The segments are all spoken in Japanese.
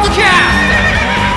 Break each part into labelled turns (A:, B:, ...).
A: ッドキャ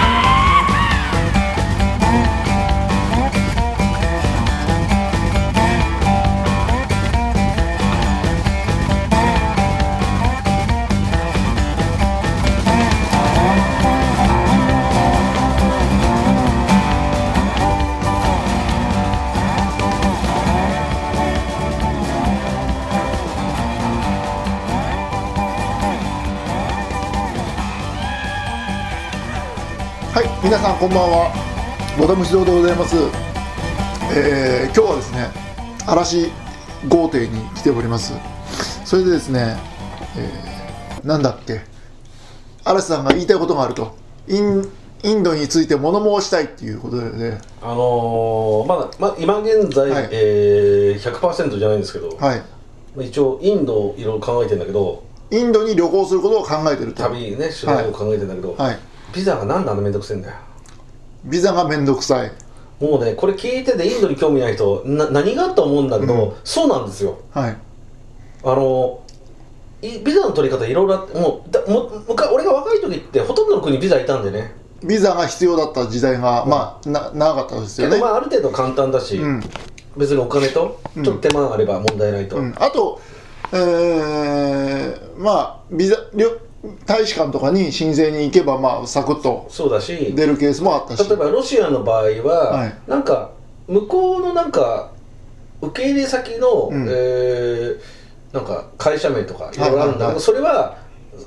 B: はい、皆さんこんばんは。ボタム指導でございます。えー今日はですね、嵐豪邸に来ております。それでですね、えーなんだっけ、嵐さんが言いたいことがあると、インインドについて物申したいっていうことでね、
C: あのーまだ、ま、今現在、
B: はい
C: えー、100%じゃないんですけど、
B: はい、
C: まあ一応インドをいろいろ考えてんだけど
B: インドに旅行することを考えてると。
C: 旅ね取材を考えてんだけど、
B: はい、
C: ビザがなんであんなめんどくせえんだよ
B: ビザがめんどくさい。
C: もうねこれ聞いててインドに興味ない人な何がと思うんだけど、
B: うん
C: そうなんですよ
B: はい、
C: あのいビザの取り方いろいろあってもうだもむか俺が若い時ってほとんどの国ビザいたんでね
B: ビザが必要だった時代が、まあ、な長かったです
C: け
B: よ
C: ど
B: ね
C: ま。あある程度簡単だし、
B: うん
C: 別にお金とちょっと手間があれば問題ないと、
B: うん、あと、えーまあビザ旅大使館とかに申請に行けば、まあ、サクッと
C: そうだし
B: 出るケースもあったし
C: 例えばロシアの場合は、
B: はい
C: なんか向こうのなんか受け入れ先の、
B: うん
C: えーなんか会社名とかいろいろある
B: は
C: んだけど、
B: いはいはい
C: それは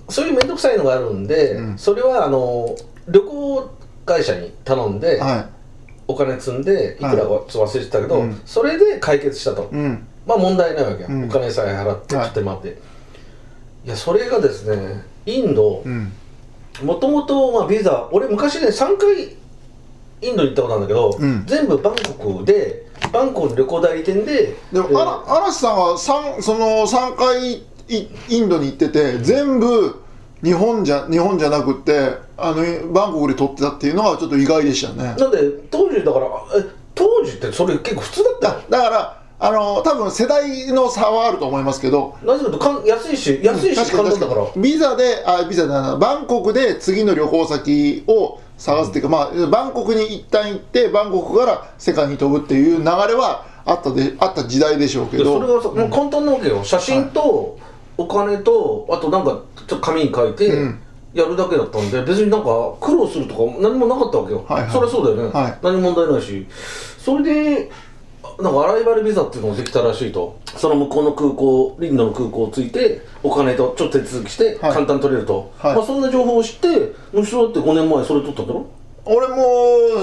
C: そういう面倒くさいのがあるんで、
B: うん
C: それはあの旅行会社に頼んで、
B: は
C: お金積んでいくらか
B: は
C: ちょっと忘れてたけど、
B: うん
C: それで解決したと、
B: い、うん、
C: まあ問題ないわけよ、
B: うん
C: お金さえ払って
B: はい
C: 買ってもらって、い、やそれがですねインド、
B: うん、
C: もともとビザ俺昔ね3回インドに行ったことあるんだけど、
B: うん
C: 全部バンコクでバンコクの旅行代理店で
B: でも、
C: えー
B: あら嵐さんは三その三回いインドに行ってて全部日本じゃ日本じゃなくってあのバンコクで撮ってたっていうのがちょっと意外でしたね
C: なんで当時だからえ当時ってそれ結構普通だった
B: だだからあの多分世代の差はあると思いますけど
C: よなぜかというとかん安いし安いし簡単だから
B: ビザであビザだなバンコクで次の旅行先を探すっていうか、まあ、バンコクに一旦行ってバンコクから世界に飛ぶっていう流れはあったであった時代でしょうけ
C: でそれ
B: ど
C: がさ、もう簡単なわけよ写真とお金とあとなんかちょっと紙に書いて
B: うん
C: やるだけだったんで別になんか苦労するとか何もなかったわけよ、
B: はいはい
C: そりゃそうだよね、
B: はい
C: 何も問題ないしそれであなんかアライバルビザっていうのができたらしいとその向こうの空港リンドの空港をついてお金とちょっと手続きして
B: はい
C: 簡単に取れると、
B: はい
C: まあ、そんな情報を知ってむしろだって5年前それ取ったんだろ
B: 俺も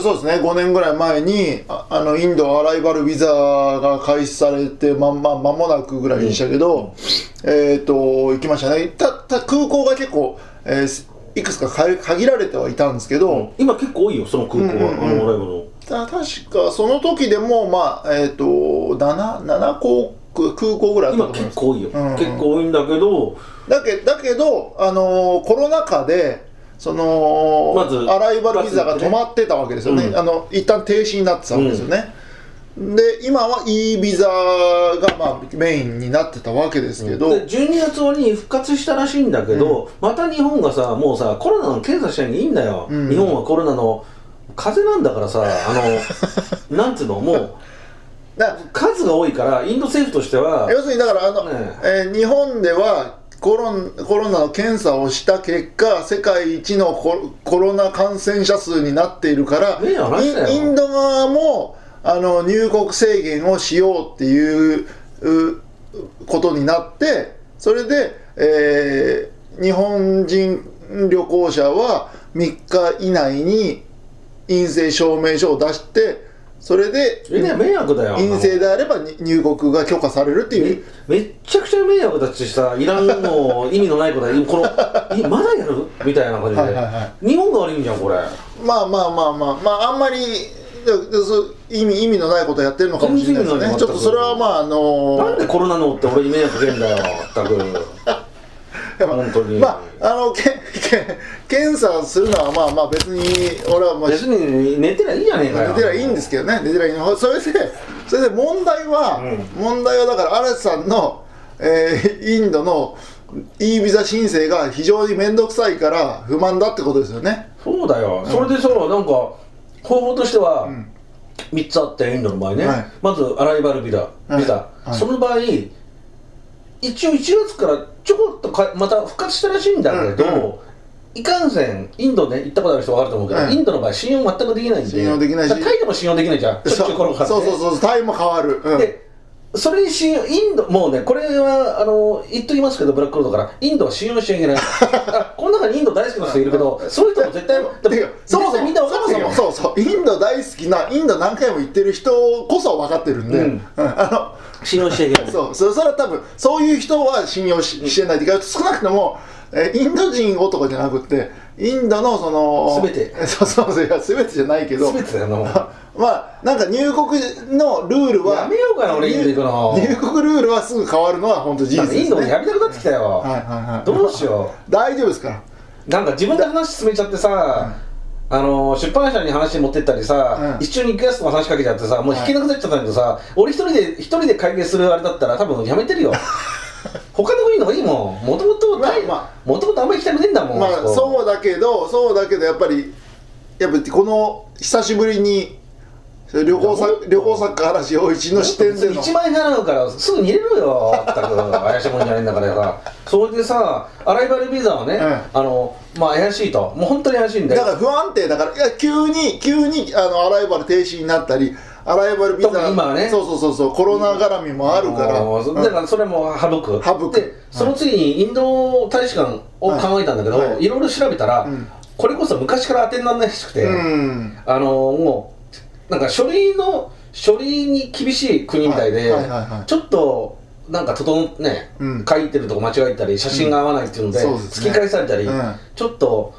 B: そうですね5年ぐらい前にああのインドアライバルビザが開始されてまま間もなくぐらいでしたけど、えっ、と行きましたねたた空港が結構、えーいくつかか限られてはいたんですけど、
C: 今結構多いよその空港は、
B: うんうんうん
C: あのアライバルの
B: た確かその時でもまあえっ、と 7, 7航空空港ぐらいあったと思いま
C: 今結
B: す
C: 構多いよ、
B: うんうん
C: 結構多いんだけど
B: だけだけど、あのーコロナ禍でその、
C: まず
B: アライバルビザが止まってたわけですよね、
C: うん
B: あの一旦停止になってたわけですよね、で今は E ビザが、まあ、メインになってたわけですけど、
C: で12月終わりに復活したらしいんだけど、また日本がさもうさコロナの検査しなきゃいいんだよ、
B: うん
C: 日本はコロナの風邪なんだからさあ のなんつうのもう
B: だ
C: 数が多いからインド政府としては
B: 要するにだからあの、
C: ね
B: えー日本ではコロンコロナの検査をした結果世界一のコロコロナ感染者数になっているから
C: ねえ話だよ
B: インインド側もあの入国制限をしようっていううことになってそれで、えー日本人旅行者は3日以内に陰性証明書を出してそれで
C: えね迷惑だよ
B: 陰性であればに入国が許可されるっていう
C: めめっちゃくちゃ迷惑だしさいらんの意味のないこ とはこのえまだやるみたいな感じで、
B: はいはいは
C: 日本が悪いんじゃんこれ
B: まあまあまあまあまああんまりだだそう意味意味のないことやってるのかもしれないです
C: 全然意
B: ね
C: 味ない
B: ちょっとそれはまああ
C: なん
B: の
C: でコロナのって俺に迷惑かけんだよ全く
B: やっぱ
C: 本当に
B: まああのけ け検査するのはまあまあ別に俺はまあ
C: 別に寝てりゃいいじゃねえかよ
B: 出てりゃいいんですけどね出てりゃいいのそれでそれで問題は、
C: う
B: 問題はだから嵐さんの、えーインドの E ビザ申請が非常に面倒くさいから不満だってことですよね
C: そうだよ、それでそのなんか方法としては、3つあってインドの場合ね、
B: はい
C: まずアライバルビザ、
B: はい
C: ビザ、
B: はい
C: その場合一応1月からちょこっとかまた復活したらしいんだけど、
B: うんうん
C: いかんせんインドね行ったことある人分かると思うけど、
B: うん
C: インドの場合信用全くできないんで
B: 信用できないし
C: だからタイでも信用できないじゃんちょっちゅう転がって、ね、
B: そうそうそうタイも変わる、うん
C: でそれに信用インドもうねこれはあの言っときますけどブラックロードからインドは信用しちゃい けないあこの中にインド大好きな人いるけどそういう人も絶対
B: てかそもそも
C: みんな分かってるよ
B: そうそうインド大好きなインド何回も行ってる人こそ分かってるんで、
C: うん
B: うんあ
C: 信用しちゃいけな
B: の
C: い
B: そうそれそれは多分そういう人は信用ししてないっていうか少なくともえーインド人男じゃなくてインドのその
C: 全て
B: そうそうそういや全てじゃないけど
C: 全てだよなもう
B: まあなんか入国のルールは
C: やめようかな俺インド行くの
B: 入国ルールはすぐ変わるのは本当事
C: な
B: 実
C: ん
B: ですね
C: かインドもやりたくなってきたよ、
B: はいはいはい
C: どうしよ
B: 大丈夫ですから
C: うなんか自分で話進めちゃってさ、あの出版社に話持ってったりさ、
B: うん
C: 一緒に行くやつとか話しかけちゃってさもう引けなくなっちゃったんだけどさ、俺一人で一人で会計するあれだったら多分やめてるよ 他の国の方がいいもんもともと
B: まあ
C: タイ
B: ま
C: もともとあんまり行きたくねえんだもん、
B: まあそうだけどそうだけどやっぱりやっぱりこの久しぶりに旅行
C: いやも
B: 作
C: っと
B: 旅行作家嵐陽一の視点での
C: 1万円払うからすぐ逃げろよ 全く怪しいもんじゃないんだからさそれでさアライバルビザはね、
B: う
C: あのまあ怪しいともう本当に怪しいんで
B: だから不安定だからいや急に急にあのアライバル停止になったりアライバルビ
C: 特
B: ザ
C: に今はね
B: そうそうそうそうコロナ絡みもあるから、
C: もう
B: うん
C: だからそれも省く
B: 省くは
C: で
B: い
C: その次にインド大使館を考えたんだけど、、
B: はいはい
C: ろいろ調べたら、
B: ん
C: これこそ昔から当てにならないらしくて、
B: うん
C: あのもうなんか書類の書類に厳しい国みたいで、
B: はいはいはいはい
C: ちょっとなんか整っね、
B: うん
C: 書いてるとこ間違えたり写真が合わないっていうので,、
B: うんそうですね
C: 突き返されたり、
B: うん
C: ちょっと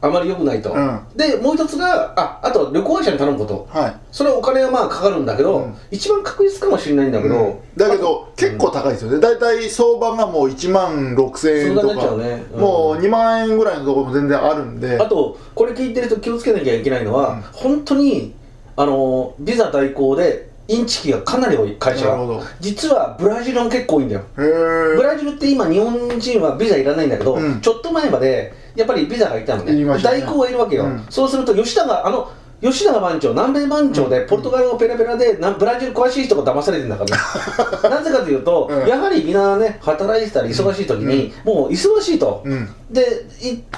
C: あまり良くないと、
B: うん
C: でもう一つがああと旅行会社に頼むこと
B: はい
C: それはお金はまあかかるんだけど、
B: うん
C: 一番確実かもしれないんだけど、
B: だけど結構高いですよね、大体相場がもう1万6000円
C: そ
B: と
C: んなになっちゃ
B: か
C: うねうん
B: もう2万円ぐらいのところも全然あるんで
C: あとこれ聞いてると気をつけなきゃいけないのは、
B: うん
C: 本当にあのビザ代行でインチキがかなり多い会社
B: なるほど
C: が実はブラジルも結構多いんだよ
B: へー
C: ブラジルって今日本人はビザいらないんだけど、
B: うん
C: ちょっと前までやっぱりビザがいたの
B: いり
C: ね
B: ましたね
C: 代行がいるわけ
B: う
C: よ、
B: ん
C: そうすると吉田があの吉永番長南米番長でポルトガル語ペラペラでなブラジル詳しい人が騙されてんだからなぜかというと、
B: うん
C: やはりみんなね働いてたり忙しい時に、もう忙しいと、
B: うん
C: で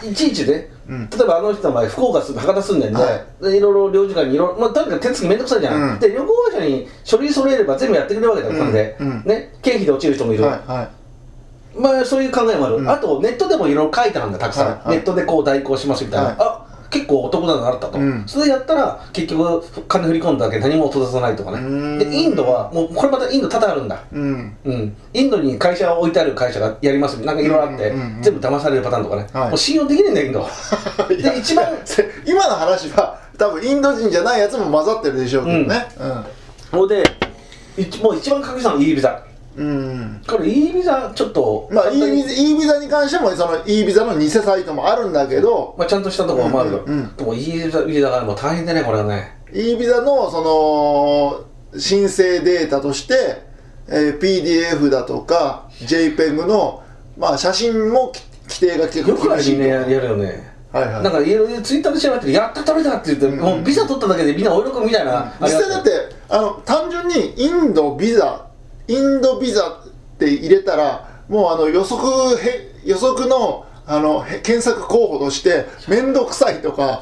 C: いいちいちね、
B: うん
C: 例えばあの人の場合福岡す博多住んでんで,、、
B: はい
C: でいろいろ領事館にいろいろ、まあ、とにかく手続きめんどくさいじゃない、
B: うん
C: で旅行会社に書類揃えれば全部やってくれるわけだよ、金で、
B: うんうん
C: ね、経費で落ちる人もいる、
B: はいはい
C: まあそういう考えもある、
B: うん
C: あとネットでもいろいろ書いてあるんだたくさん、
B: はいはい
C: ネットでこう代行しますみたいな、
B: はい
C: あ結構お得なのあったと、
B: うん
C: それやったら結局金振り込んだだけ何も落とさないとか
B: う
C: ね
B: ーん
C: でインドはもうこれまたインド多々あるんだ
B: うん
C: うん、インドに会社を置いてある会社がやりますなんかいろいろあって、
B: うんうんうん
C: 全部騙されるパターンとかね、
B: はい
C: もう信用できないんだよインドは
B: いや
C: で一番
B: せ今の話は多分インド人じゃないやつも混ざってるでしょうけどね
C: ほれでいもう一番確実なのは E ビザ
B: うん、うん
C: これ E ビザちょっと
B: まあ
C: 簡
B: E
C: 単に
B: ビザ E ビザに関してもその E ビザの偽サイトもあるんだけど
C: まあ、ちゃんとしたところもあるけど、
B: うんうんうん
C: でも E ビザビザがもう大変だねこれはね
B: E ビザのその申請データとして、えー PDF だとか JPEG の、まあ、写真もき規定が結
C: よ
B: 構
C: く
B: 厳し
C: み
B: い
C: ん
B: と
C: なやるよね
B: はいはい
C: なんかいろいろツイッターで調べてやった取れたって言って、もうビザ取っただけでみんなお喜びみたいな、あ
B: 実
C: れ
B: 際だってあの単純にインドビザインドビザって入れたらもうあの予測へ予測のあのへ検索候補として面倒くさいとか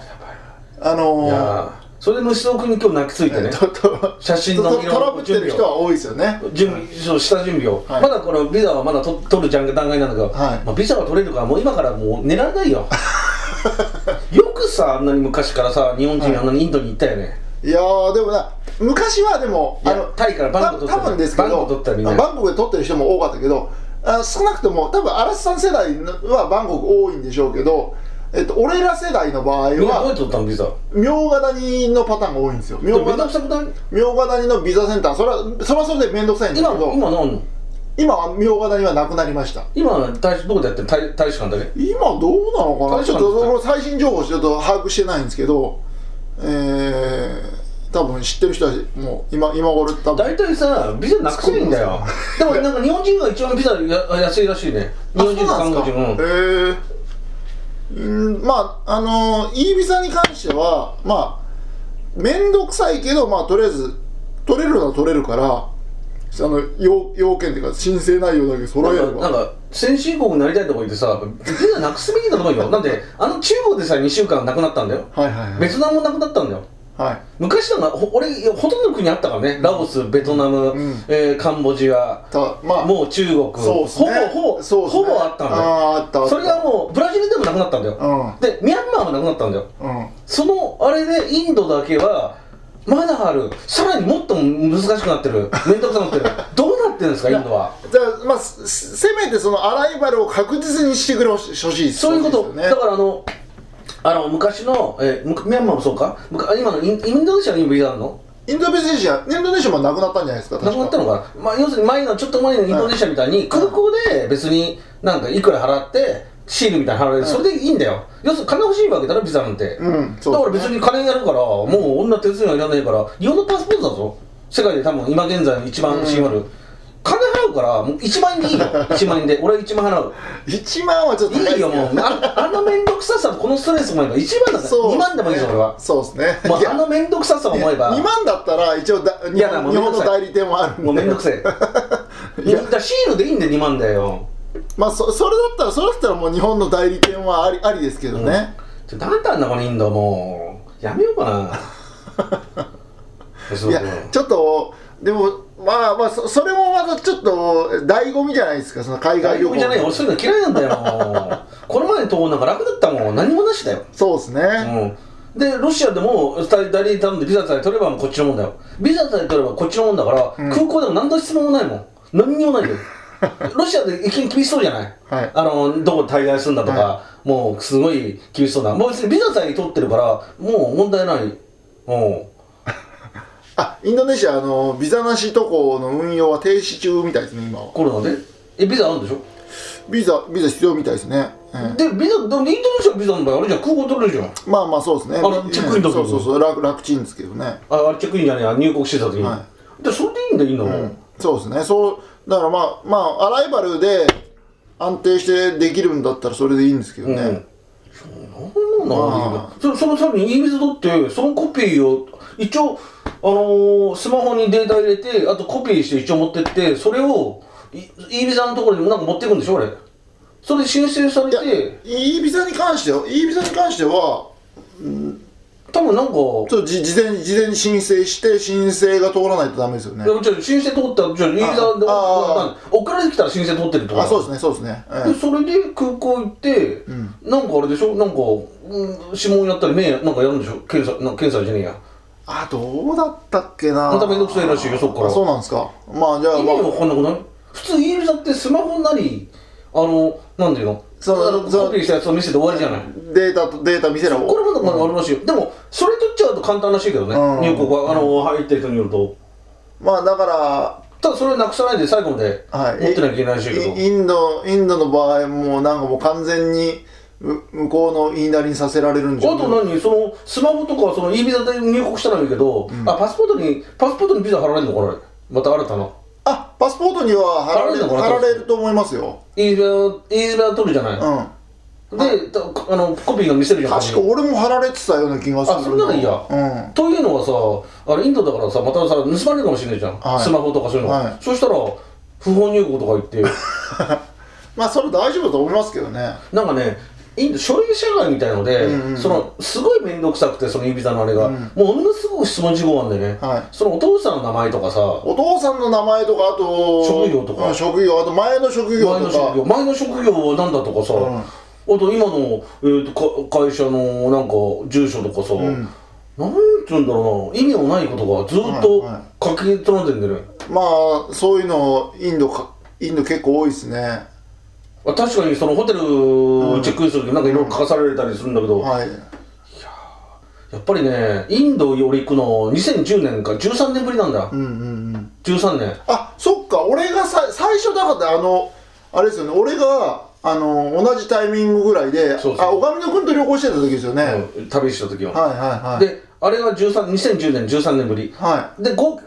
B: あ
C: い
B: のー
C: やそれで虫蔵君に今日泣きついてね
B: とと
C: 写真の
B: と
C: 色
B: トラブってる人は多いですよね
C: 準備そう下準備を、
B: はい
C: まだこのビザはまだと取るじゃん段階なんだけど、
B: はい
C: まあ、ビザが取れるからもう今からもう寝られない よよくさあんなに昔からさ日本人あんなにインドに行ったよね、
B: いやーでもな昔はでも
C: いやタイからバンコク
B: た
C: 取った
B: 多分ですけど
C: バンコク取ったみんな
B: あバンコクで取ってる人も多かったけどあ少なくとも多分アラスさん世代はバンコク多いんでしょうけど、えっと、俺ら世代の場合
C: みんなどうやっ
B: は
C: て取ったのビザ
B: 明賀谷のパターンが多いんですよ
C: で
B: 明
C: もめ
B: 賀
C: んど
B: 谷
C: くさくない
B: 明賀谷のビザセンターそれはそれはそれで面倒くさいんです
C: 今
B: けど今
C: 今何の
B: は明賀谷はなくなりました
C: 今は大使どこでやってる大大使館だけ
B: 今どうなのかな
C: 大
B: ち
C: 丈夫
B: ょっとその最新情報ちょっと把握してないんですけどえー多分知ってる人はもう今今頃多分
C: 大体さビザなくせばいいんだよでもなんか日本人が一番ビザや安いらしいね日本人と韓国人も
B: ええうんまああのー、E ビザに関してはまあ面倒くさいけどまあとりあえず取れるのは取れるからあの要要件っていうか申請内容だけ揃えれ
C: なんかなん
B: ば
C: か先進国になりたいとか言ってさビザなくすべきだと思うよなんであの中国でさ2週間なくなったんだよ
B: はいはいはい
C: ベトナムもなくなったんだよ
B: はい
C: 昔なんかほ俺ほとんどの国あったからねラオスベトナム、
B: ん
C: えーカンボジア
B: たまあ
C: もう中国
B: そうっすね
C: ほぼほぼ
B: そうっすね
C: ほぼあったんだ
B: あ
C: よ
B: ああったあった
C: それがもうブラジルでもなくなったんだよ、でミャンマーもなくなったんだよ
B: うんうん
C: そのあれでインドだけはまだあるさらにもっと難しくなってる面倒くさくなってるどうなってるんですかインドは
B: だからまあせせめてそのアライバルを確実にしてくれほしほしいです
C: そういうこと、
B: ね
C: だからあのあの昔の、えーむミャンマーもそうかむか今のインインドネシアにもビザあるの
B: インドネシアインドネシアもなくなったんじゃないですか
C: なくなった
B: の
C: のかな、まあ、要するに前のちょっと前のインドネシアみたいに空港で別になんかいくら払ってシールみたいなの払われてそれでいいんだよ要するに金欲しいわけだろビザなんて、
B: うんそう
C: だから別に金やるからもう女手数料いらないから日本のパスポートだぞ世界で多分今現在の一番欲しいものある、金払うからもう1万円でいいよ1万円で俺は1万払う
B: 1万はちょっと高
C: いいよもうああの面倒くささとこのストレスもいいの1万だったら2万でもいいぞ俺は
B: そうですね
C: もう
B: いや
C: あの面倒くささを思えば
B: 2万だったら一応だ
C: い
B: 日
C: やだ
B: 本
C: もう
B: 日
C: めん
B: 本
C: ど
B: の
C: くさい
B: 代理店もあるんで
C: もうめんどくせえ
B: いや
C: だからシールでいいんだよ2万だよ
B: まあそそれだったらそれだったらもう日本の代理店はありありですけどね、
C: ちょなんであんなこのインドもうやめようかな そう
B: いやちょっとでもまあまあそそれもまたちょっと醍醐味じゃないですかその海外
C: 外
B: 旅行
C: 国じゃないよ俺そういうの嫌いなんだよこの前の東なんか楽だったもん何もなしだよ、
B: そうですね、
C: うん、でロシアでも二人代理頼んでビザさえ取ればもうこっちのもんだよビザさえ取ればこっちのもんだから、空港でも何の質問もないもん何にも ないよロシアで一見厳しそうじゃない、
B: はい
C: あのどこ滞在するんだとか、
B: は
C: もうすごい厳しそうなもう別にビザさえ取ってるからもう問題ないうん
B: あインドネシアあのビザなし渡航の運用は停止中みたいですね今は
C: コロナでえビザあるんでしょ
B: ビザビザ必要みたいですね、ええ
C: で、ビザ、でもインドネシアビザの場合、あれじゃん空港取れるじゃん。
B: まあまあそうですね
C: のチェックインの時
B: そ
C: に
B: うそうそう楽楽ちんですけどね
C: あ、あれチェックインじゃねえや、入国してた時に。
B: は
C: で、それでいいんだよ、いいの。
B: そうですねそうだからまあまあアライバルで安定してできるんだったらそれでいいんですけどね、
C: うんそうなんだ
B: ま
C: そそのさらにイービス取ってそのコピーを一応、あのースマホにデータ入れてあとコピーして一応持ってってそれをイービザのところになんか持っていくんでしょあれそれで申請されて
B: いいビザに関しては、いいビザに関しては、
C: 多分なんか
B: ちょっとじ事前に、事前に申請して、申請が通らないとダメですよね
C: い。やじゃあ申請通ったじゃあイービザで
B: あ
C: 送られてきたら申請通ってるってこと
B: あ、そうですね、そうですね。え
C: でそれで空港行って、なんかあれでしょなんか、うん、指紋やったり目なんかやるんでしょ検査なんか検査じゃねえや
B: えあ、どうだったっけな。
C: また面倒くさいらしいよそっから
B: あそうなんですか。まあ、じゃあ、
C: 意
B: ま
C: 味
B: あ、
C: わかんなくない普通イールだってスマホなりあのなんていうの
B: そう
C: あの
B: そう
C: コピーしたやつを見せて終わりじゃない
B: データと、データ見せれば。
C: これもなんかあるらしいよ、でもそれ取っちゃうと簡単らしいけどね、
B: うん
C: 入国はあの入ってる人によると
B: まあ、だから、
C: ただそれなくさないで最後まで
B: はい、
C: 持ってなきゃいけないらしいけど、
B: イインドインドの場合もうなんかもう完全にむ向こうの言いなりにさせられるん
C: あ
B: じゃ
C: と何そのスマホとかその E ビザで入国したらいいけど、あパスポートにパスポートにビザ貼られるのかなまた新たな
B: あパスポートには貼られ
C: 貼られるのかな
B: 貼られると思いますよ
C: イーグラ、イーグラ取るじゃない。
B: う
C: で、たあの、コピーが見せるじ
B: ん
C: ゃん。
B: 確か俺も貼られてたような気がする
C: あそれならいいや
B: うん
C: というのはさ、あれインドだからさ、またさ、盗まれるかもしれないじゃん。
B: はい
C: スマホとかそういうの。
B: はい
C: そしたら、不法入国とか 言って、
B: まあそれ大丈夫だと思いますけどね
C: なんかね、インド書類社会みたいので、
B: うんうん
C: そのすごい面倒くさくてそのイビザのあれが、もうものすごく質問事項なんでね、
B: はい
C: そのお父さんの名前とかさ
B: お父さんの名前とかあと
C: 職業とか
B: うん職業あと前の職業
C: 前
B: と
C: の
B: か
C: 職業前の職業は何だとかさ、
B: うん
C: あと今の、えーとか会社のなんか住所とかさ、
B: うん
C: なんて言うんだろうな意味のないことがずっと
B: は
C: 書き取られてんだよね、
B: まあそういうのインドかインド結構多いですね
C: あ確かにそのホテルチェックインするときなんかいろいろ書かされたりするんだけど、
B: はい
C: やっぱりねインドより行くの2010年か13年ぶりなんだ、
B: うんうんうん
C: 13年
B: あそっか俺がさ最初だからあのあれですよね俺があの同じタイミングぐらいで
C: そうそう
B: あおかみの君と旅行してた時ですよね、
C: うん旅した時は、
B: はいはいはい
C: でああれが13 2010年13年ぶり
B: は
C: でご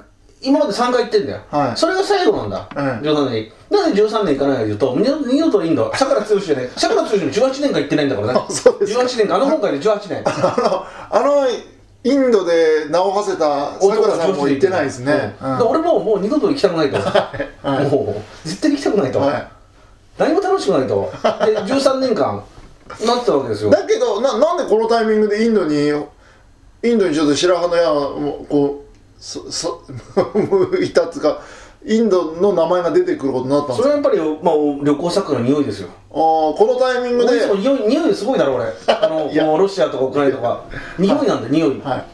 C: 今まで3回行ってんだよ、
B: はい
C: それが最後なんだ、
B: ええ
C: 13年になんで13年行かないかというと二度二度といいんださくら剛じゃないさくら剛も18年間行ってないんだからね
B: あそうですか
C: 18年間あの今回で18 年
B: あのあのインドで名を馳せたさくらさんも行ってないですね、
C: うん
B: うん
C: で俺ももう二度と行きたくないと、
B: はい
C: もう絶対に行きたくないと、
B: は
C: 何も楽しくないとで13年間なってたわけです
B: い、
C: よ
B: だけどななんでこのタイミングでインドにインドにちょっと白羽の矢をこうそそ いたっつうかインドの名前が出てくることになったんで
C: そ
B: すか
C: れはやっぱり、まあ、旅行作家の匂いですよ
B: あーこのタイミング
C: 俺
B: で
C: いつも匂い匂いすごいだろ俺あの
B: いや
C: もうロシアとかウクライナとか匂いなんだ匂い、
B: はい、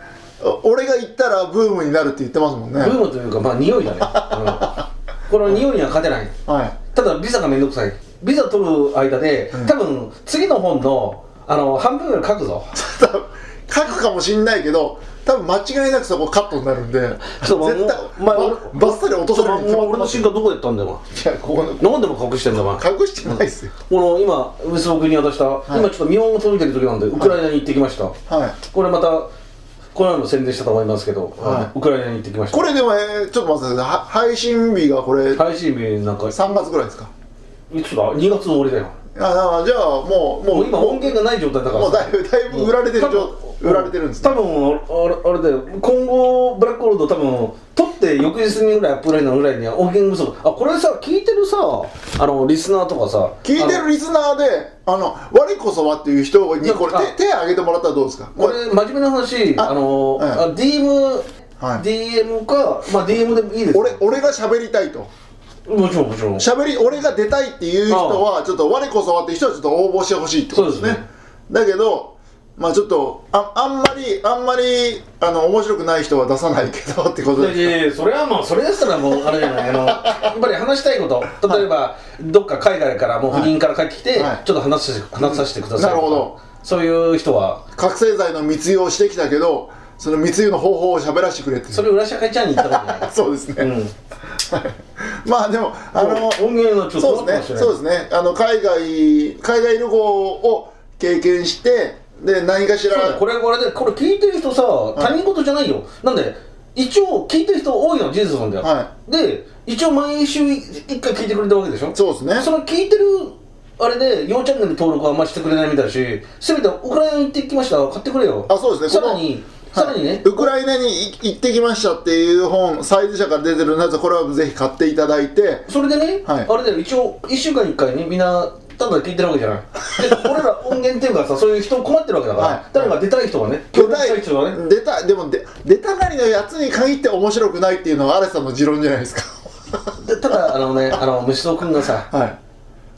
B: お俺が行ったらブームになるって言ってますもんね
C: ブームというかまあ匂いだね、うん、この匂いには勝てない
B: はい
C: ただビザがめんどくさいビザ取る間で、
B: うん
C: 多分次の本のあの半分ぐらい書くぞ
B: 多分書くかもしんないけど多分間違いなくそこカットになるんで
C: ちょっと
B: 絶対
C: お前
B: ば
C: 俺
B: ばっさり落とされるに決まって
C: 俺
B: ま
C: の
B: す
C: 瞬
B: よ
C: 間どこやったんだよ
B: いやここの
C: お前なんでも隠してんだよお前
B: 隠してないですよ
C: この今薄尾君に渡した、
B: い
C: 今ちょっと見本を届けてる時なんでウクライナに行ってきました、
B: はい
C: これまたこの間も宣伝したと思いますけど、
B: は
C: ウクライナに行ってきました
B: これでも、えーちょっと待ってくださいは配信日がこれ3
C: 配信日なんかいつ
B: 月ぐらいですか
C: だ2月の終わりだよ
B: ああじゃあもうも
C: も
B: う
C: う今
B: もう
C: 音源がない状態だから
B: もうだいぶだいぶ売られてる状
C: うん
B: 売られてるんですね
C: 多分あれあれだよ今後ブラックゴールド多分撮って翌日にぐらいアップラインのぐらいには音源不足あこれさ聞いてるさあのリスナーとかさ
B: 聞いて
C: あの
B: るリスナーであの我こそはっていう人にこれ
C: あ
B: 手手挙げてもらったらどうですか
C: これ真面目な話
B: あ
C: あの、
B: はい
C: あ DM、
B: はい
C: DM かまあ DM でもいいです
B: 俺俺が喋りたいと
C: もちろんもちろん
B: 喋り俺が出たいっていう人はちょっと我こそはって人はちょっと応募してほしいってことですね
C: そうですね
B: だけどまあちょっとああんまりあんまりあの面白くない人は出さないけどってこと
C: い
B: で
C: やいやそれはもうそれでしたらもうあれじゃない あのやっぱり話したいこと例えば、どっか海外からもう赴任から帰ってきて、
B: はい
C: ちょっと話し話させてくださ
B: なる
C: いとか
B: ほど
C: そういう人は
B: 覚醒剤の密輸をしてきたけどその密輸の方法を喋らせてくれって
C: それ裏社会ちゃんに言ったことない
B: そうですね、
C: うん、
B: まあでもあの
C: 音源のちょっと
B: そうですねそうですねあの海外海外旅行を経験してで何かしら
C: そうだこれこれでこれ聞いてる人さ他人事じゃないよ、なんで一応聞いてる人多いのは事実なんだよ、
B: は
C: で一応毎週一回聞いてくれたわけでしょ
B: そうですね
C: その聞いてるあれで要チャンネル登録はあんましてくれないみたいだしせめてウクライナに行ってきました買ってくれよ
B: あそうですね
C: さらにさらにね
B: ウクライナにい行ってきましたっていう本サイズ社から出てるやつこれはぜひ買っていただいて
C: それでね、
B: はい
C: あれだよ一応1週間1回ねみんなただ聞いてるわけじゃないで俺ら音源っていうかさ そういう人困ってるわけだから、
B: はい
C: 誰か出たい人がね
B: 出
C: 協
B: た
C: 力したい
B: い
C: 人がね
B: 出たでもで出たがりのやつに限って面白くないっていうのは嵐さんの持論じゃないですか
C: でただあのねあの虫蔵君がさ
B: はい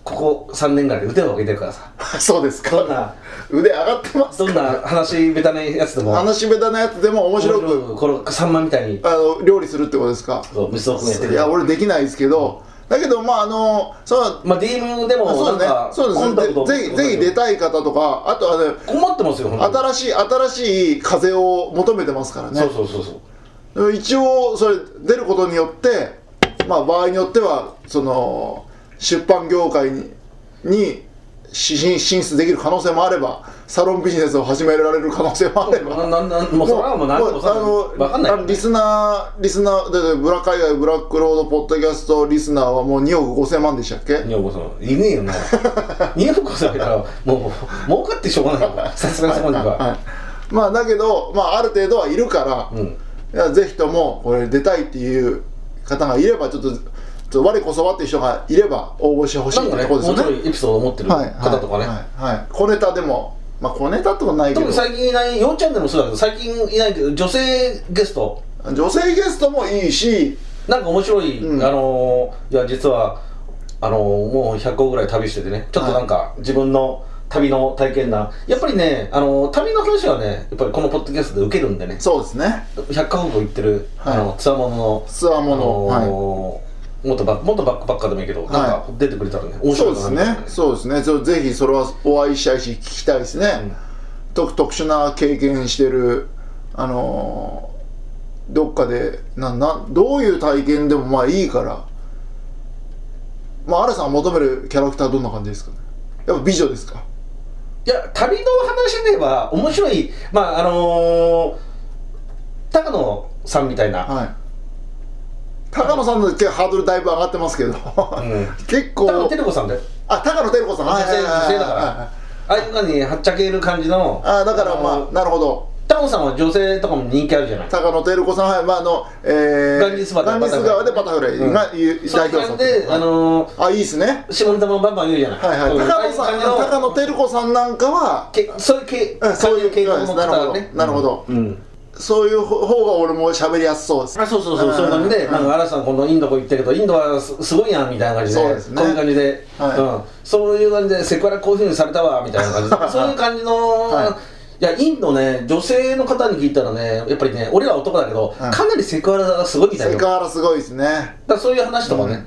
C: ここ3年間で腕を上げてるからさ
B: そうですか
C: どんな
B: 腕上がってます
C: どんな話下手なやつでも
B: 話し下手なやつでも面白く
C: このさんまみたいに
B: あの料理するってことですか
C: そう虫蔵君がやってる
B: いや俺できないですけどだけどまああのその
C: まあ DM でも
B: そ
C: なん
B: うですね
C: かコンタク
B: そ
C: ト
B: うですねでぜひぜひ出たい方とかあとあの
C: 困ってますよほんと
B: 新しい新しい風を求めてますからね
C: そうそうそうそう
B: 一応それ出ることによってまあ場合によってはその出版業界にに進進出できる可能性もあればサロンビジネスを始められる可能性もあれば
C: なななもうそれはもう何でもさ分かんない
B: あのリスナーリスナーだってブラ海外ブラックロードポッドキャストリスナーはもう2億5000万でしたっけ
C: 女房さんいねえ よな二億さんいたらもう儲かってしょうがないよさすがにそこには
B: はい、まあだけど、まあ、ある程度はいるから、
C: うん
B: いやぜひともこれ出たいっていう方がいればちょっとちょっと我こそはっていう人がいれば応募してほしい
C: な
B: っ
C: ん
B: て
C: かね
B: ところ
C: 面
B: ですよ
C: 白
B: ね
C: いエピソードを持ってる
B: はい
C: 方とか
B: はい
C: ね
B: はいはい小ネタでもまあ小ネタってことないけど
C: 特に最近いないようちゃんでもそうだけど最近いないけど女性ゲスト
B: 女性ゲストもいいし
C: なんか面白い、
B: うん
C: あのーいや実はあのーもう100個ぐらい旅しててねちょっとなんか自分の旅の体験談やっぱりね、あのー旅の話はねやっぱりこのポッドキャストで受けるんでね
B: そうですね
C: 100カ国行ってる、
B: はい
C: あのツアーものの
B: ツアーもの、
C: あのー元バ元バックパッカーでもいいけど、なんか出てくれたらね
B: は
C: 面
B: い、そう
C: 白い
B: で
C: か
B: す
C: なみたいな
B: ねそうですねちょぜひそれはお会いしたいし聞きたいですね、
C: ん
B: 特特殊な経験してるあのーどっかでななどういう体験でもまあいいからまあアラさんが求めるキャラクターはどんな感じですかねやっぱ美女ですか
C: いや旅の話では面白いまああのー高野さんみたいな、
B: はい高野さんの結構ハードルだいぶ上がってますけど、
C: ん
B: 結
C: 高野
B: 構
C: 照子さんだよ
B: あ高野照子さん
C: 女性女性だから
B: はいはい
C: ああいう感じにはっちゃける感じの
B: あだからまあなるほど
C: 高野さんは女性とかも人気あるじゃない
B: 高野照子さんはいまああのえー
C: ガンジス川で
B: ガンジス川でバタフライ
C: うん
B: がいう
C: そ
B: 代
C: の
B: 表作
C: 感じで、あの
B: あいいですね
C: ー、下ネタもバンバン言うじゃない、
B: はいはい
C: うん
B: 高野さん
C: ああいう
B: 高
C: 感
B: 野照子さんなんかは
C: じのけそういう系
B: うんそういう
C: 系
B: 系
C: の
B: な
C: 方
B: るほど
C: ね
B: なるほど
C: うん
B: そういう方が俺も喋りやすそうです
C: あそうそうそううんそういう感じでなんか嵐さんこのインドこ行ってるけどインドはすすごいやんみたいな感じで
B: そうですね
C: こういう感じで、
B: はい
C: うん、そういう感じでセクハラこういうふうにされたわみたいな感じでそういう感じの、
B: はい
C: いやインドね女性の方に聞いたらねやっぱりね俺らは男だけど、
B: うん
C: かなりセクハラがすごいみたい
B: セ
C: よ
B: ク
C: だか
B: ハラすごいですね
C: らそういう話とかね、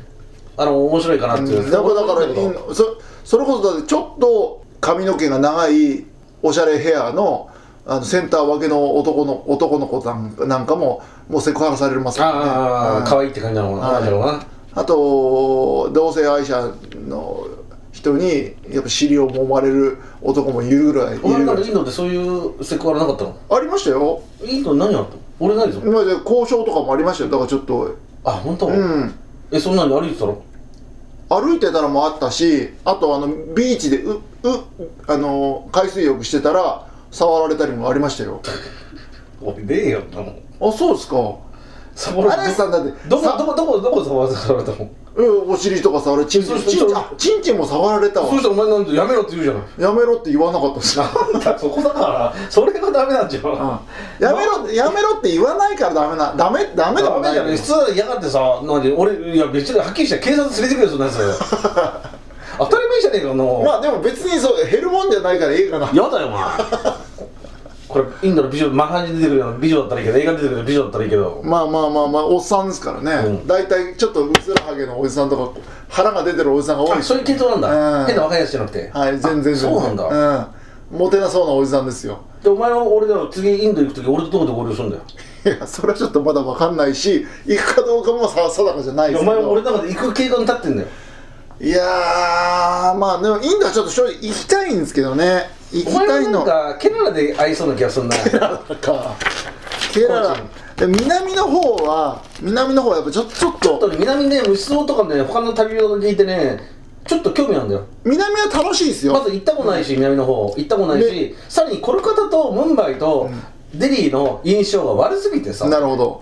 C: あの面白いかなっていう、
B: だからだから
C: そういうの
B: うんそそれこそだってちょっと髪の毛が長いおしゃれヘアのあのセンター分けの男の男の子さんなんかももうセクハラされますからね
C: ああ
B: うん
C: 可愛いって感じなのかな、
B: はい
C: 彼女はな
B: あと同性愛者の人にやっぱ尻を揉まれる男もいるぐらいいる
C: お前
B: ぐ
C: なん
B: ら
C: か
B: い
C: インドってそういうセクハラなかったの
B: ありましたよ
C: インド何あったの俺ないぞ
B: 今まで交渉とかもありましたよだからちょっと
C: あ本当、
B: うん
C: えそんなに歩いてたの
B: 歩いてたらもあったしあとあのビーチでううあの海水浴してたら触られたりもありましたよ
C: おいねえよなもん
B: あそうですか
C: サボ
B: 嵐さんだって
C: どこ
B: さ
C: どこどこどこサボらされたの
B: うんお尻とか触られチンチ
C: そう
B: ン
C: そう
B: チンあチンチンも触られたわ
C: そうしたらお前なんてやめろって言うじゃない
B: やめろって言わなかったっす
C: なんだそこだからそれがダメなんじゃん
B: うんやめろやめろって言わないからダメなダメダメだ
C: ダ
B: もん
C: メじゃない普通は嫌がってさなんで俺いや別にはっきりして警察連れてくれよそんなやつ 当たり前じゃねえかあの、
B: まあでも別にそう減るもんじゃないからええかな
C: やだよお 前これインドの美女マハに出てくるような美女だったらいいけど映画に出てくるような美女だったらいいけど
B: まあまあまあまあおっさんですからね
C: うん
B: 大体、ちょっとうつらはげのおじさんとか腹が出てるおじさんが多い
C: あ
B: です
C: そういう系統なんだ、
B: うん
C: 変な若いやつじゃなくて
B: はい、全然全然
C: そうなんだ、
B: だうんモテなそうなおじさんですよ
C: でお前は俺だよ次インド行く時俺とどこで合流するんだよ
B: いやそれはちょっとまだ分かんないし行くかどうかもさ定かじゃない
C: い
B: で
C: やお
B: すけ
C: 前は俺
B: ど
C: の中で行く計画に立ってんだよ
B: いやーまあでもインドはちょっと正直行きたいんですけどね行
C: お
B: きた
C: 前
B: い
C: はなん
B: の
C: かケララで会いそうな気がするな
B: かケララで南の方は南の方はやっぱちょちょっ
C: ちょっ
B: と
C: とね南ね虫蔵とかね他の旅を聞いてねちょっと興味あるんだよ
B: 南は楽しいです
C: ま
B: よ
C: ず行ったことないし南の方行ったことないしさらにコルカタとムンバイとデリーの印象が悪すぎてさ
B: なるほ ど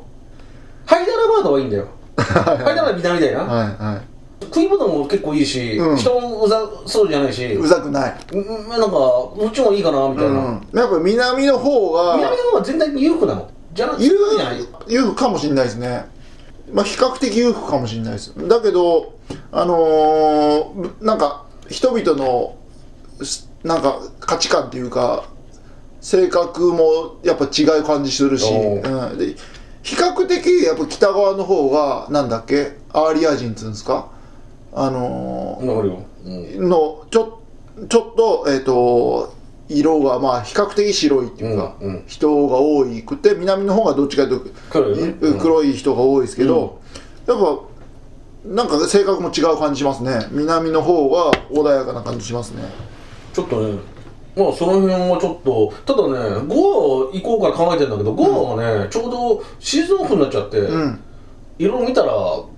C: ハイダラバードはいいんだよハイダラバード南だよな
B: はいは
C: 食い物も結構いいし
B: うん
C: 人もうざそうじゃないし
B: いう
C: う
B: ざくない
C: んなんかこっちもいいかなみた
B: う
C: い
B: ん
C: な
B: やっぱ南の方が
C: 南の方は全体に裕福なのじゃな
B: 裕
C: そうじゃない
B: 福裕福かもしれないですねまあ比較的裕福かもしれないですだけどあのーなんか人々のすなんか価値観っていうか性格もやっぱ違う感じするし、
C: お
B: うん、で比較的やっぱ北側の方がなんだっけアーリア人っつうんですかあの
C: わかるようん
B: ーのちょちょっとえっ、と色がまあ比較的白いっていうか、
C: うんうん
B: 人が多くて南の方がどっちかというと
C: 黒いよね
B: うん黒い人が多いですけど、やっぱなんか性格も違う感じしますね南の方が穏やかな感じしますね
C: ちょっとね、まあその辺はちょっと、ただね、ゴア行こうから考えてんだけど、ゴアはね、ちょうどシーズンオフになっちゃって、
B: うん
C: いろいろ見たら、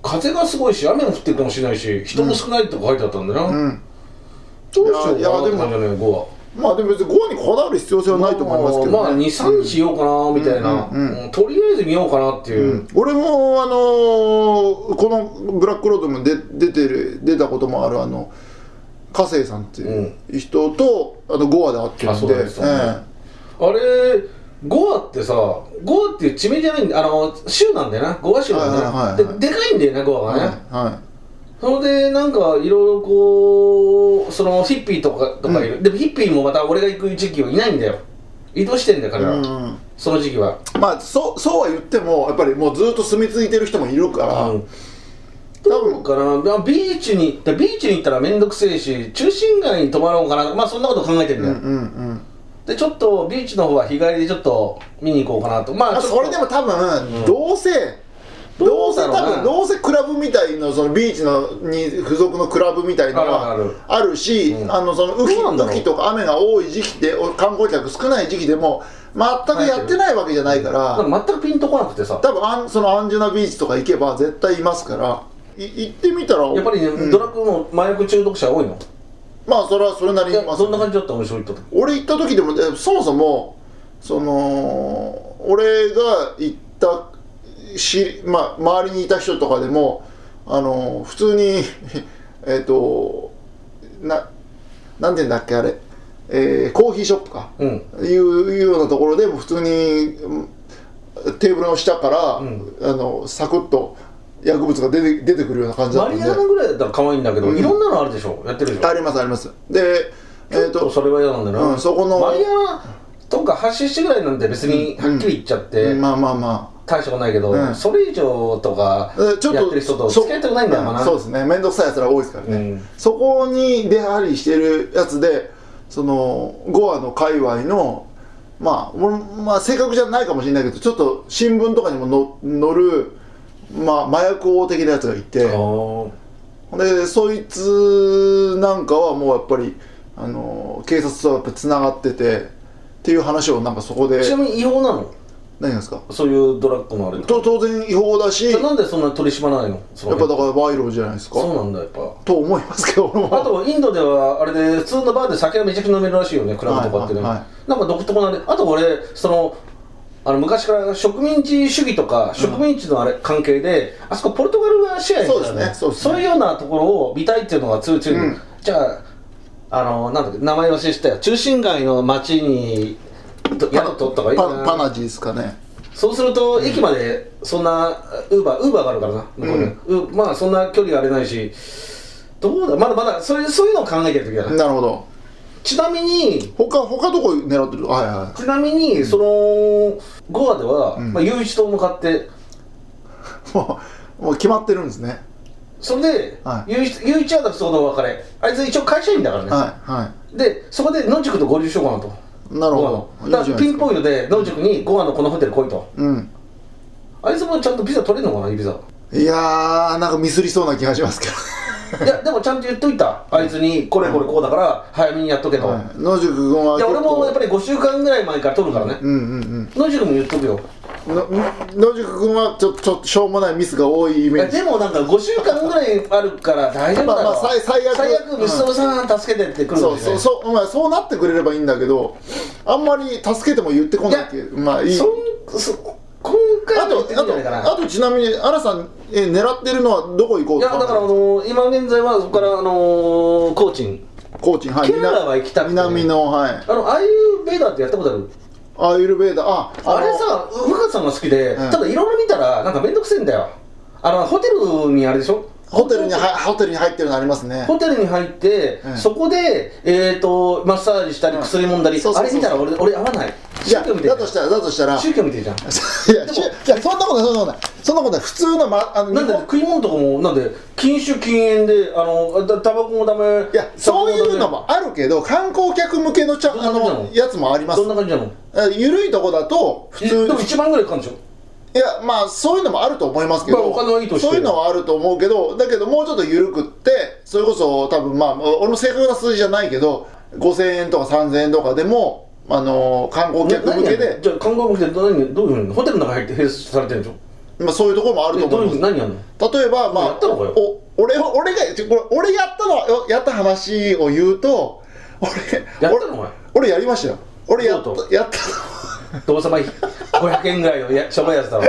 C: 風がすごいし、雨も降ってるかもしれないし、人も少ないって書いてあったんだよな。
B: うん
C: どうしようかなっ
B: いやいや
C: て感じだね、ゴア。
B: まあでも別に5にこだわる必要性はないと思いますけど、ね
C: まあ、2、3日いようかな、みたいな、
B: うんうんうん
C: うんとりあえず見ようかなっていう。
B: うん俺もあのーこの「ブラックロード」も出出てる出たこともあるあの加瀬さんっていう人と、あとゴアで会ってる
C: あそ
B: ん
C: う
B: で
C: なんですよね
B: え
C: あれゴアってさゴアっていう地名じゃないんだあの州なんだよなゴア州なんだよな、
B: はいはいはいはい
C: ででかいんだよねゴ
B: え
C: アがね、
B: は
C: それでなんかいろいろこうそのヒッピーとかとかいる、でもヒッピーもまた俺が行く時期はいないんだよ移動してんだよ
B: い、
C: 彼ら、
B: うん、
C: その時期は、
B: まあそうそうは言ってもやっぱりもうずっと住み着いてる人もいるから、
C: うん
B: 多
C: どう
B: 分
C: かなまあビーチにでビーチに行ったら面倒くせえし中心街に泊まろうかなまあそんなこと考えてんだよ、
B: うんうん
C: でちょっとビーチの方は日帰りでちょっと見に行こうかなとまあ
B: あ
C: ちょっと
B: それでも多分、どうせどうせ多
C: だろな
B: 分どうせクラブみたいのそのビーチのに付属のクラブみたいの
C: あるある
B: はあるし
C: うん
B: あのその雨季
C: どうなんだろう
B: 雨季とか雨が多い時期でお観光客少ない時期でも全くやってないわけじゃないから
C: なんか全くピンとこなくてさ
B: 多分あんそのアンジュナビーチとか行けば絶対いますからい行ってみたら
C: やっぱりね、
B: うん
C: ドラッグの麻薬中毒者多いの
B: まあそれはそれなり
C: い
B: に
C: や
B: います
C: そんな感じだった俺そう言った時
B: 俺行った時でもえそもそもその俺が行ったし、まあ、周りにいた人とかでもあの普通に えっとななんて言うんだっけあれ、えーコーヒーショップか、
C: うん
B: いういうようなところでも普通にうんテーブルの下から、
C: ん
B: あのサクッと薬物が出て出てくるような感じだっ
C: マ
B: たん
C: リ
B: で
C: アナぐらいだったら可愛いんだけど、
B: うん
C: いろんなのあるでしょやってるでしょ
B: ありますありますでえっ、
C: ちょっ
B: と
C: それは嫌なんだよな、
B: うんそこの
C: マリアナとか発信してぐらいなんて別にはっきり言っちゃって、
B: まあまあまあ
C: 大したことないけど、
B: うん
C: それ以上とか
B: えーちょっと
C: やってる人と
B: そ
C: 付き合いたくないんだよな、
B: うんそうですね面倒くさいやつら多いですからね、
C: うん
B: そこに出張りしてるやつでそのゴアの界隈のまあ俺もまあ正確じゃないかもしれないけどちょっと新聞とかにもの載る、まあ、麻薬王的なやつがいて
C: あー
B: でそいつなんかはもうやっぱりあの警察とはやっぱつながっててっていう話をなんかそこで
C: ちなみに違法なの
B: 何がですか
C: そういうドラッグのあれと
B: と当然違法だし
C: じ
B: や
C: ゃあなんでそんなに取り締まらないのそ
B: っぱだ
C: こ
B: か
C: で
B: ら賄賂じゃないです
C: そ
B: か
C: うなんだやっぱ
B: と思いますけど俺も
C: あとインドではあれで普通のバーで酒がめちゃくちゃ飲めるらしいよねクラブとかってね、
B: はいはいは
C: なんか独特なねあと俺そのあの昔から植民地主義とか植民地のあれ関係で、あそこポルトガルが支配してた
B: そ
C: ん
B: う
C: だ
B: です
C: よ
B: ねそうですね
C: いうようなところを見たいっていうのが強い強い、
B: うん
C: じゃああのなんだっけ名前忘れしたよ中心街の町に宿取った方がいい
B: パ
C: か
B: パ
C: な
B: ナジーですかね
C: そうすると駅までそんなウーバーウーバーがあるからな向こうにうまあそんな距離があれないしどうだまだまだそういうそういうのを考えてる時だな
B: なるほど
C: ちなみに
B: 他他どこ狙ってるはいは
C: ちなみにそのゴアでは、
B: うん
C: まあ、雄一と向かって
B: いもうもう決まってるんですね
C: それで、
B: は
C: 雄一雄一はだからそこのお別れあいつ一応会社員だからね、
B: はいは
C: でそこで野宿と合流しようかなと
B: いなるほ
C: ゴア
B: ど
C: のだからピンポイントで野宿にゴアのこのホテル来いと
B: うん
C: あいつもちゃんとビザ取れるのかなイビザ
B: いやーなんかミスりそうな気がしますけ
C: いやでもちゃんと言っといたあいつにこれこれこうだから早めにやっとけと、
B: ど、はい、野宿君はい
C: や俺もやっぱ
B: り
C: り5週間ぐらい前から取るからね
B: うんうんうん
C: 野宿も言っとくよ
B: の野宿君はちょっとちょっとしょうもないミスが多いイ
C: い
B: メ
C: や
B: ージ
C: でもなんか5週間ぐらいあるから大丈夫だ
B: ま
C: ろ
B: あまあ最最悪
C: 最悪息子さん助けてってくるん
B: そう
C: で
B: そ
C: すよね
B: うそうお前そうなってくれればいいんだけどあんまり助けても言ってこないっていうまあいい
C: そんそ今回
B: あ
C: は言
B: と
C: って
B: あ
C: るんじゃないかな
B: とあとちなみにアラさんえ狙ってるのはどこ行こう
C: いやだからあのー今現在はそこからあのーコーチン
B: コーチンはい
C: ケララは行きたくて
B: 南のはい
C: あのアイユベーダーってやったことある
B: アーユルベーダあの
C: あれさ深さんが好きで、
B: うん
C: ただいろいろ見たらなんかめんどくせえんだよあのホテルにあれでしょ
B: ホテルにはホテルに入ってるのありますね
C: ホテルに入って、
B: うん
C: そこで、えー、とマッサージしたり
B: うん
C: 薬飲んだり、
B: そうそ
C: あ
B: う
C: れ
B: そう
C: 見たら俺俺合わない
B: いや
C: 宗教みたい
B: だと
C: な
B: したらだとしたらい
C: 宗教みたいじゃん
B: やし いやそんなことないそんなことないそんなことない普通のまあの
C: なん
B: 日
C: で
B: 本
C: 食い物とかもなんで禁酒禁煙であのだタバコもダメ
B: いやそういうのもあるけど観光客向けのちゃ
C: どん
B: あ
C: な感じな
B: の
C: の
B: やつもありま
C: タ
B: す
C: バコもダメどんな感
B: あ緩いとこだと普
C: じな
B: 通
C: のえでも1万ぐらいかかるんでしょ
B: いやまあそういうのもあると思いますけ
C: まあ
B: ど、
C: お金はいいとして
B: そういうのはあると思うけどだけどもうちょっと緩くってそれこそ多分まあ俺も正確な数字じゃないけど5000円とか3000円とかでも、あのー観光客向け
C: な何やるの
B: で、
C: じゃあ観光向けでど何どういうふうにホテルの中入って併設されてるんでしょ
B: まあ、そういうところもあると
C: えどう
B: 思
C: い
B: いうま
C: ふう
B: す
C: に何やんの
B: 例えばまあ
C: やったのかよ
B: お俺を俺がちょこれ俺やったのやった話を言うと俺
C: やった
B: 俺
C: のお前
B: 俺やりましたよ俺やっ
C: どう
B: たやった
C: どうせ前500円ぐらいのやしょぼいやつだろ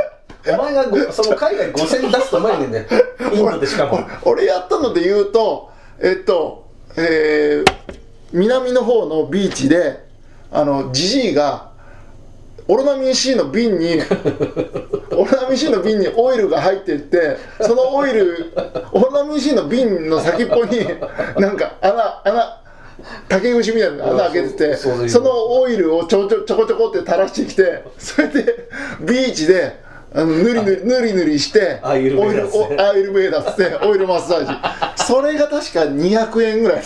C: お前がごその海外5000円出すとうまいねんねインドでしかも
B: の俺やったので言うとえっとえー南の方のビーチであのジジイがオロナミン C の瓶に オロナミン C の瓶にオイルが入ってってそのオイルオロナミン C の瓶の先っぽになんか穴穴竹串みたいな穴開けてて
C: そうそういうの
B: そのオイルをちょちょちょこちょこって垂らしてきてそれでビーチであのぬりぬりぬりぬりして
C: アーユルベーダっすね
B: オイルおアーユルベーダっつって オイルマッサージそれが確か200円ぐらい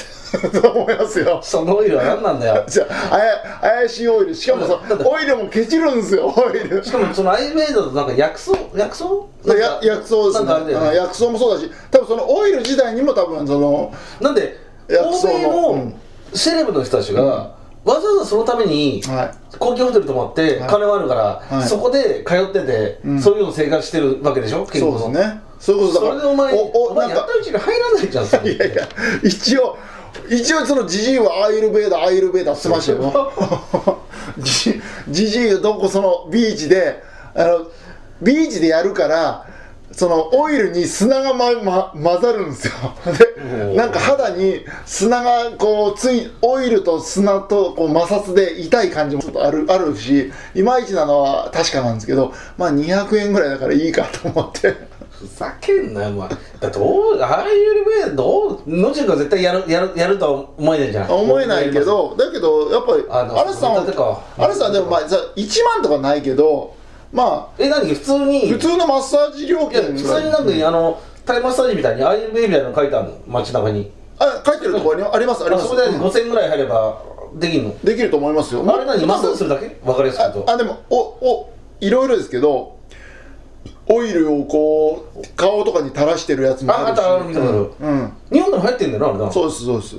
B: だと思いますよ
C: そのオイルは何なんだよ
B: じゃああや怪しいオイルしかもさオイルもケチるんですよオイル
C: しかもそのアイベイドとなんか薬草薬草
B: で
C: なん
B: や
C: か
B: 薬草ですね
C: なんかあれだよね
B: あ薬草もそうだし多分そのオイル自体にも多分その
C: なんで
B: 薬
C: 欧
B: 草の
C: 米
B: う
C: の
B: ん
C: セレブの人たちが、
B: うん
C: わざわざそのために
B: はい
C: 高級ホテル泊まって
B: はい
C: 金はあるから、
B: はい
C: そこで通ってて、
B: うん
C: そういうの生活してるわけでし
B: そ
C: ょ
B: うですねそれこそ
C: そ
B: だか
C: れ
B: ら
C: でお前
B: お
C: お
B: お
C: 前
B: なん
C: やっ
B: か
C: たうちに入らないじゃんそれ
B: いやいや一応一応そのジジイはアイルベーダーアイルベーダーって言ってましたよ ジジジイがどこそのビーチであのビーチでやるからそのオイルに砂が、まま、混ざるんですよ
C: お
B: で
C: ー
B: なんか肌に砂がこうついオイルと砂とこう摩擦で痛い感じもちょっとあるあるしいまいちなのは確かなんですけどまあ200円ぐらいだからいいかと思って
C: ふざけんなよお前だどうああいうレベルどう野中が絶対やるやるやるとは思えないじゃん
B: 思えないけどだけどやっぱり
C: あの
B: 嵐さん
C: 組み立て
B: は
C: か
B: 嵐さんでもまあじゃあ1万とかないけどまあ
C: え何普通に
B: 普通のマッサージ料
C: いや
B: 金
C: 普通になんか、あのタイマッサージみたいにアイルベイみたいなの書いてあるの街中に
B: あ書いてるとこありありますあり
C: あ
B: ます
C: そこで
B: うん
C: 5000円ぐらい入ればできんの
B: できると思いますよ
C: あれ何マッサージするだけわかりやすく言う
B: あ
C: と
B: あでもおおいろいろですけどオイルをこう顔とかに垂らしてるやつもあるし
C: ああるある見たことある
B: うんうん
C: 日本でも流行ってんだよなあれな
B: そうですそうです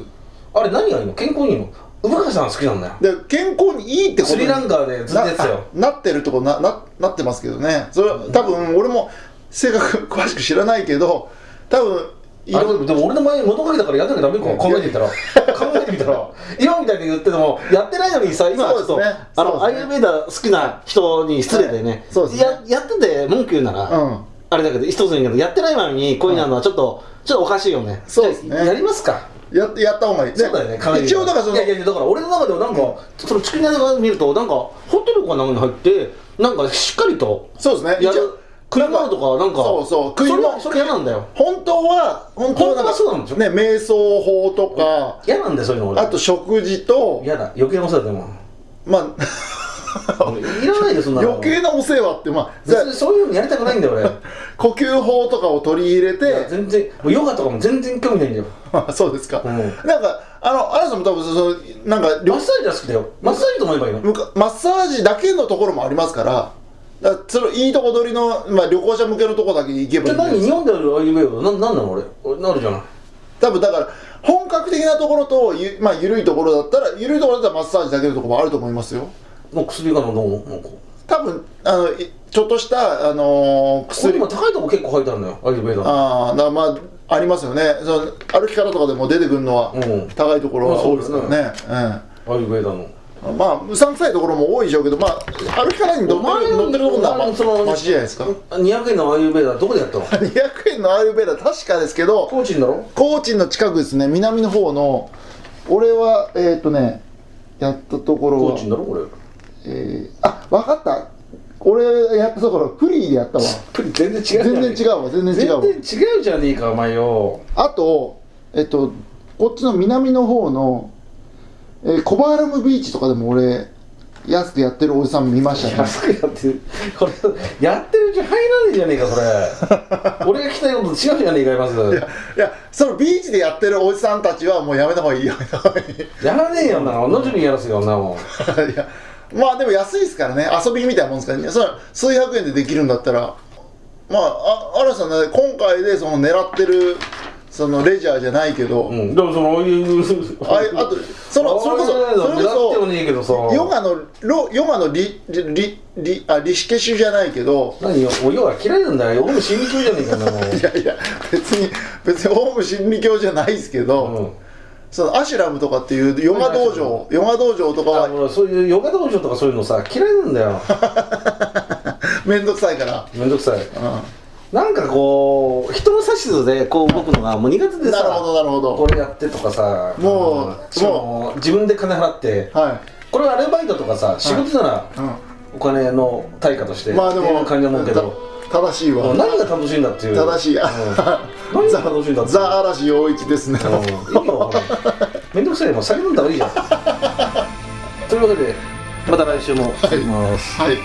C: あれ何がいいの健康にいいの宇川さん好きなんだよ
B: で健康にいいってこと
C: スリランカでずっとやってたよ
B: ななってるとこなななってますけどねそれは多分俺も正確 詳しく知らないけど多分い
C: あ
B: ろ
C: れでも俺の前に物かけたからやんなきゃダメか考えてみたら考えてみたら今みたいに言っててもやってないのにさ今はちょっ
B: そう
C: と、
B: ですね
C: あ
B: そう
C: の
B: です
C: ア
B: ね
C: イルベーダー好きな人に失礼でね,、
B: はいそうですね
A: ややってて文句言うなら、
B: うん
A: あれだけど一つに言うけどやってないままに恋になるのはちょっと、ちょっとおかしいよね
B: そうですね
A: じゃあやりますか
B: やっやった方がいいで
C: そうだよね考えてみ
B: 一
C: た
B: 応だからその
C: いやいやいやだから俺の中ではなんか
A: そのチキン屋が見るとなんかホテルかなんかに入ってなんかしっかりと
B: そうですね
A: や
B: 一応
A: る食い物とかなんか
B: そうそう食い
A: それ
B: 物
A: はそれ嫌なんだよ
B: 本当は本当は
C: 本当はそうなんでしょ
B: ね瞑想法とか
C: 嫌なんだよそういうの俺
B: あと食事と
C: 嫌だ余計なことだでも
B: ま あ
C: いらないでそんなの
B: 余計なお世話ってまあじゃ
C: 別にそういうのやりたくないんだよ俺
B: あ呼吸法とかを取り入れ
C: いや
B: て
C: 全然もうヨガとかも全然興味ないんだよ
B: あ そうですか、
C: うん
B: なんかあの嵐さんも多分そのなんか旅
C: マッサージは好きだよマッサージと思えばいいの
B: むかマッサージだけのところもありますからだからそのいいとこ取りの、まあ、旅行者向けのとこだけ行けば
C: じ
B: い
C: ゃ
B: い
C: あ
B: んで
C: 何
B: す
C: 日本であるアイルベーダーなんなんなの俺俺なるじゃない
B: 多分だから本格的なところとゆ、まあ、緩いところだったら緩いところだったらマッサージだけのところもあると思いますよ
C: もう薬が飲もうなんか
B: 多分あのいちょっとした、あのー
C: これ
B: 薬
C: 今高いとこ結構入ってあるのよアイルベーダー
B: ああだからまあありますよねその歩き方とかでも出てくるのは
C: うん
B: 高いところ
C: ま
B: は
C: あそ
B: 多
C: う
B: いで
C: ですす
B: か
C: ね
B: らね、うん
C: アイルベーダーの
B: まあ、うさんくさいところも多いでしょうけど、まあ、歩き方に乗ってる乗ってるところなら、まあ、
C: その
B: マシじゃないですか。
C: 200円のアイルベーダーどこでやったの
B: 200円のアールベーダー、確かですけど、
C: コーチンだろ
B: 高知の近くですね、南の方の、俺は、えっ、ー、とね、やったところ
C: コ
B: は
C: ーチン、だろこれ
B: えー、あ、わかった。俺やったところ、フリーでやったわ。
C: 全然違うじゃ
B: 全
C: ねえ
B: 然違うわ、全然違うわ。
C: 全然違うじゃねえかお前よ
B: あと、えっと、こっちの南の方の、えーコバーラムビーチとかでも俺、安くやってるおじさん見ましたね。
C: 安くやってるこれやってるうち入らねえじゃねえか それ俺が来たいことと違うじゃねえかいます
B: いやそのビーチでやってるおじさんたちはもうやめた方 がいいやめた方がいい
C: やらねえよな同じにやらせよなも
B: いやまあでも安いですからね遊びみたいなもんですからねそれ数百円でできるんだったらまああ嵐さんね今回でその狙ってるそのレジャーじゃないけど、
C: う、うん、でもそのああいう
B: あああとそのそれこそそれ
C: 狙っても
B: こ
C: ねえけどさ
B: そヨガのロヨガのリリリリあリシケシュじゃないけど
C: 何よ俺ヨガ嫌いなんだよ俺も心理教じゃねえかなも
B: いやいや別に別にオウム真理教じゃないですけど、
C: う、うん
B: そのアシュラムとかっていうヨガ道場ヨガ道場とか
C: あ
B: は
C: のそういうヨガ道場とかそういうのさ嫌いなんだよ
B: めんどくさいから、
C: めんどくさ
B: う
C: い
B: ん、
A: なんかこう人の指図でこう動くのがもう苦手で
B: なる
A: さ
B: ほどなるほど
C: これやってとかさ
B: もう
C: あのしかも自分で金払って
B: は
C: これはアルバイトとかさ仕事なら
B: い、う
C: お金の対価として
B: ん、まあで
C: ってい
B: も
C: う感じは思うけど
B: た正しいわ
C: 何が楽しいんだっていう
B: 正しい
C: うん
B: や、
C: 何が楽しいんだっていう
B: ザ・嵐陽一ですね、
C: うん意味がわからないめんどくさ いもう酒飲んだ方がいいじゃんというわけで
A: また来週も行きます
B: はい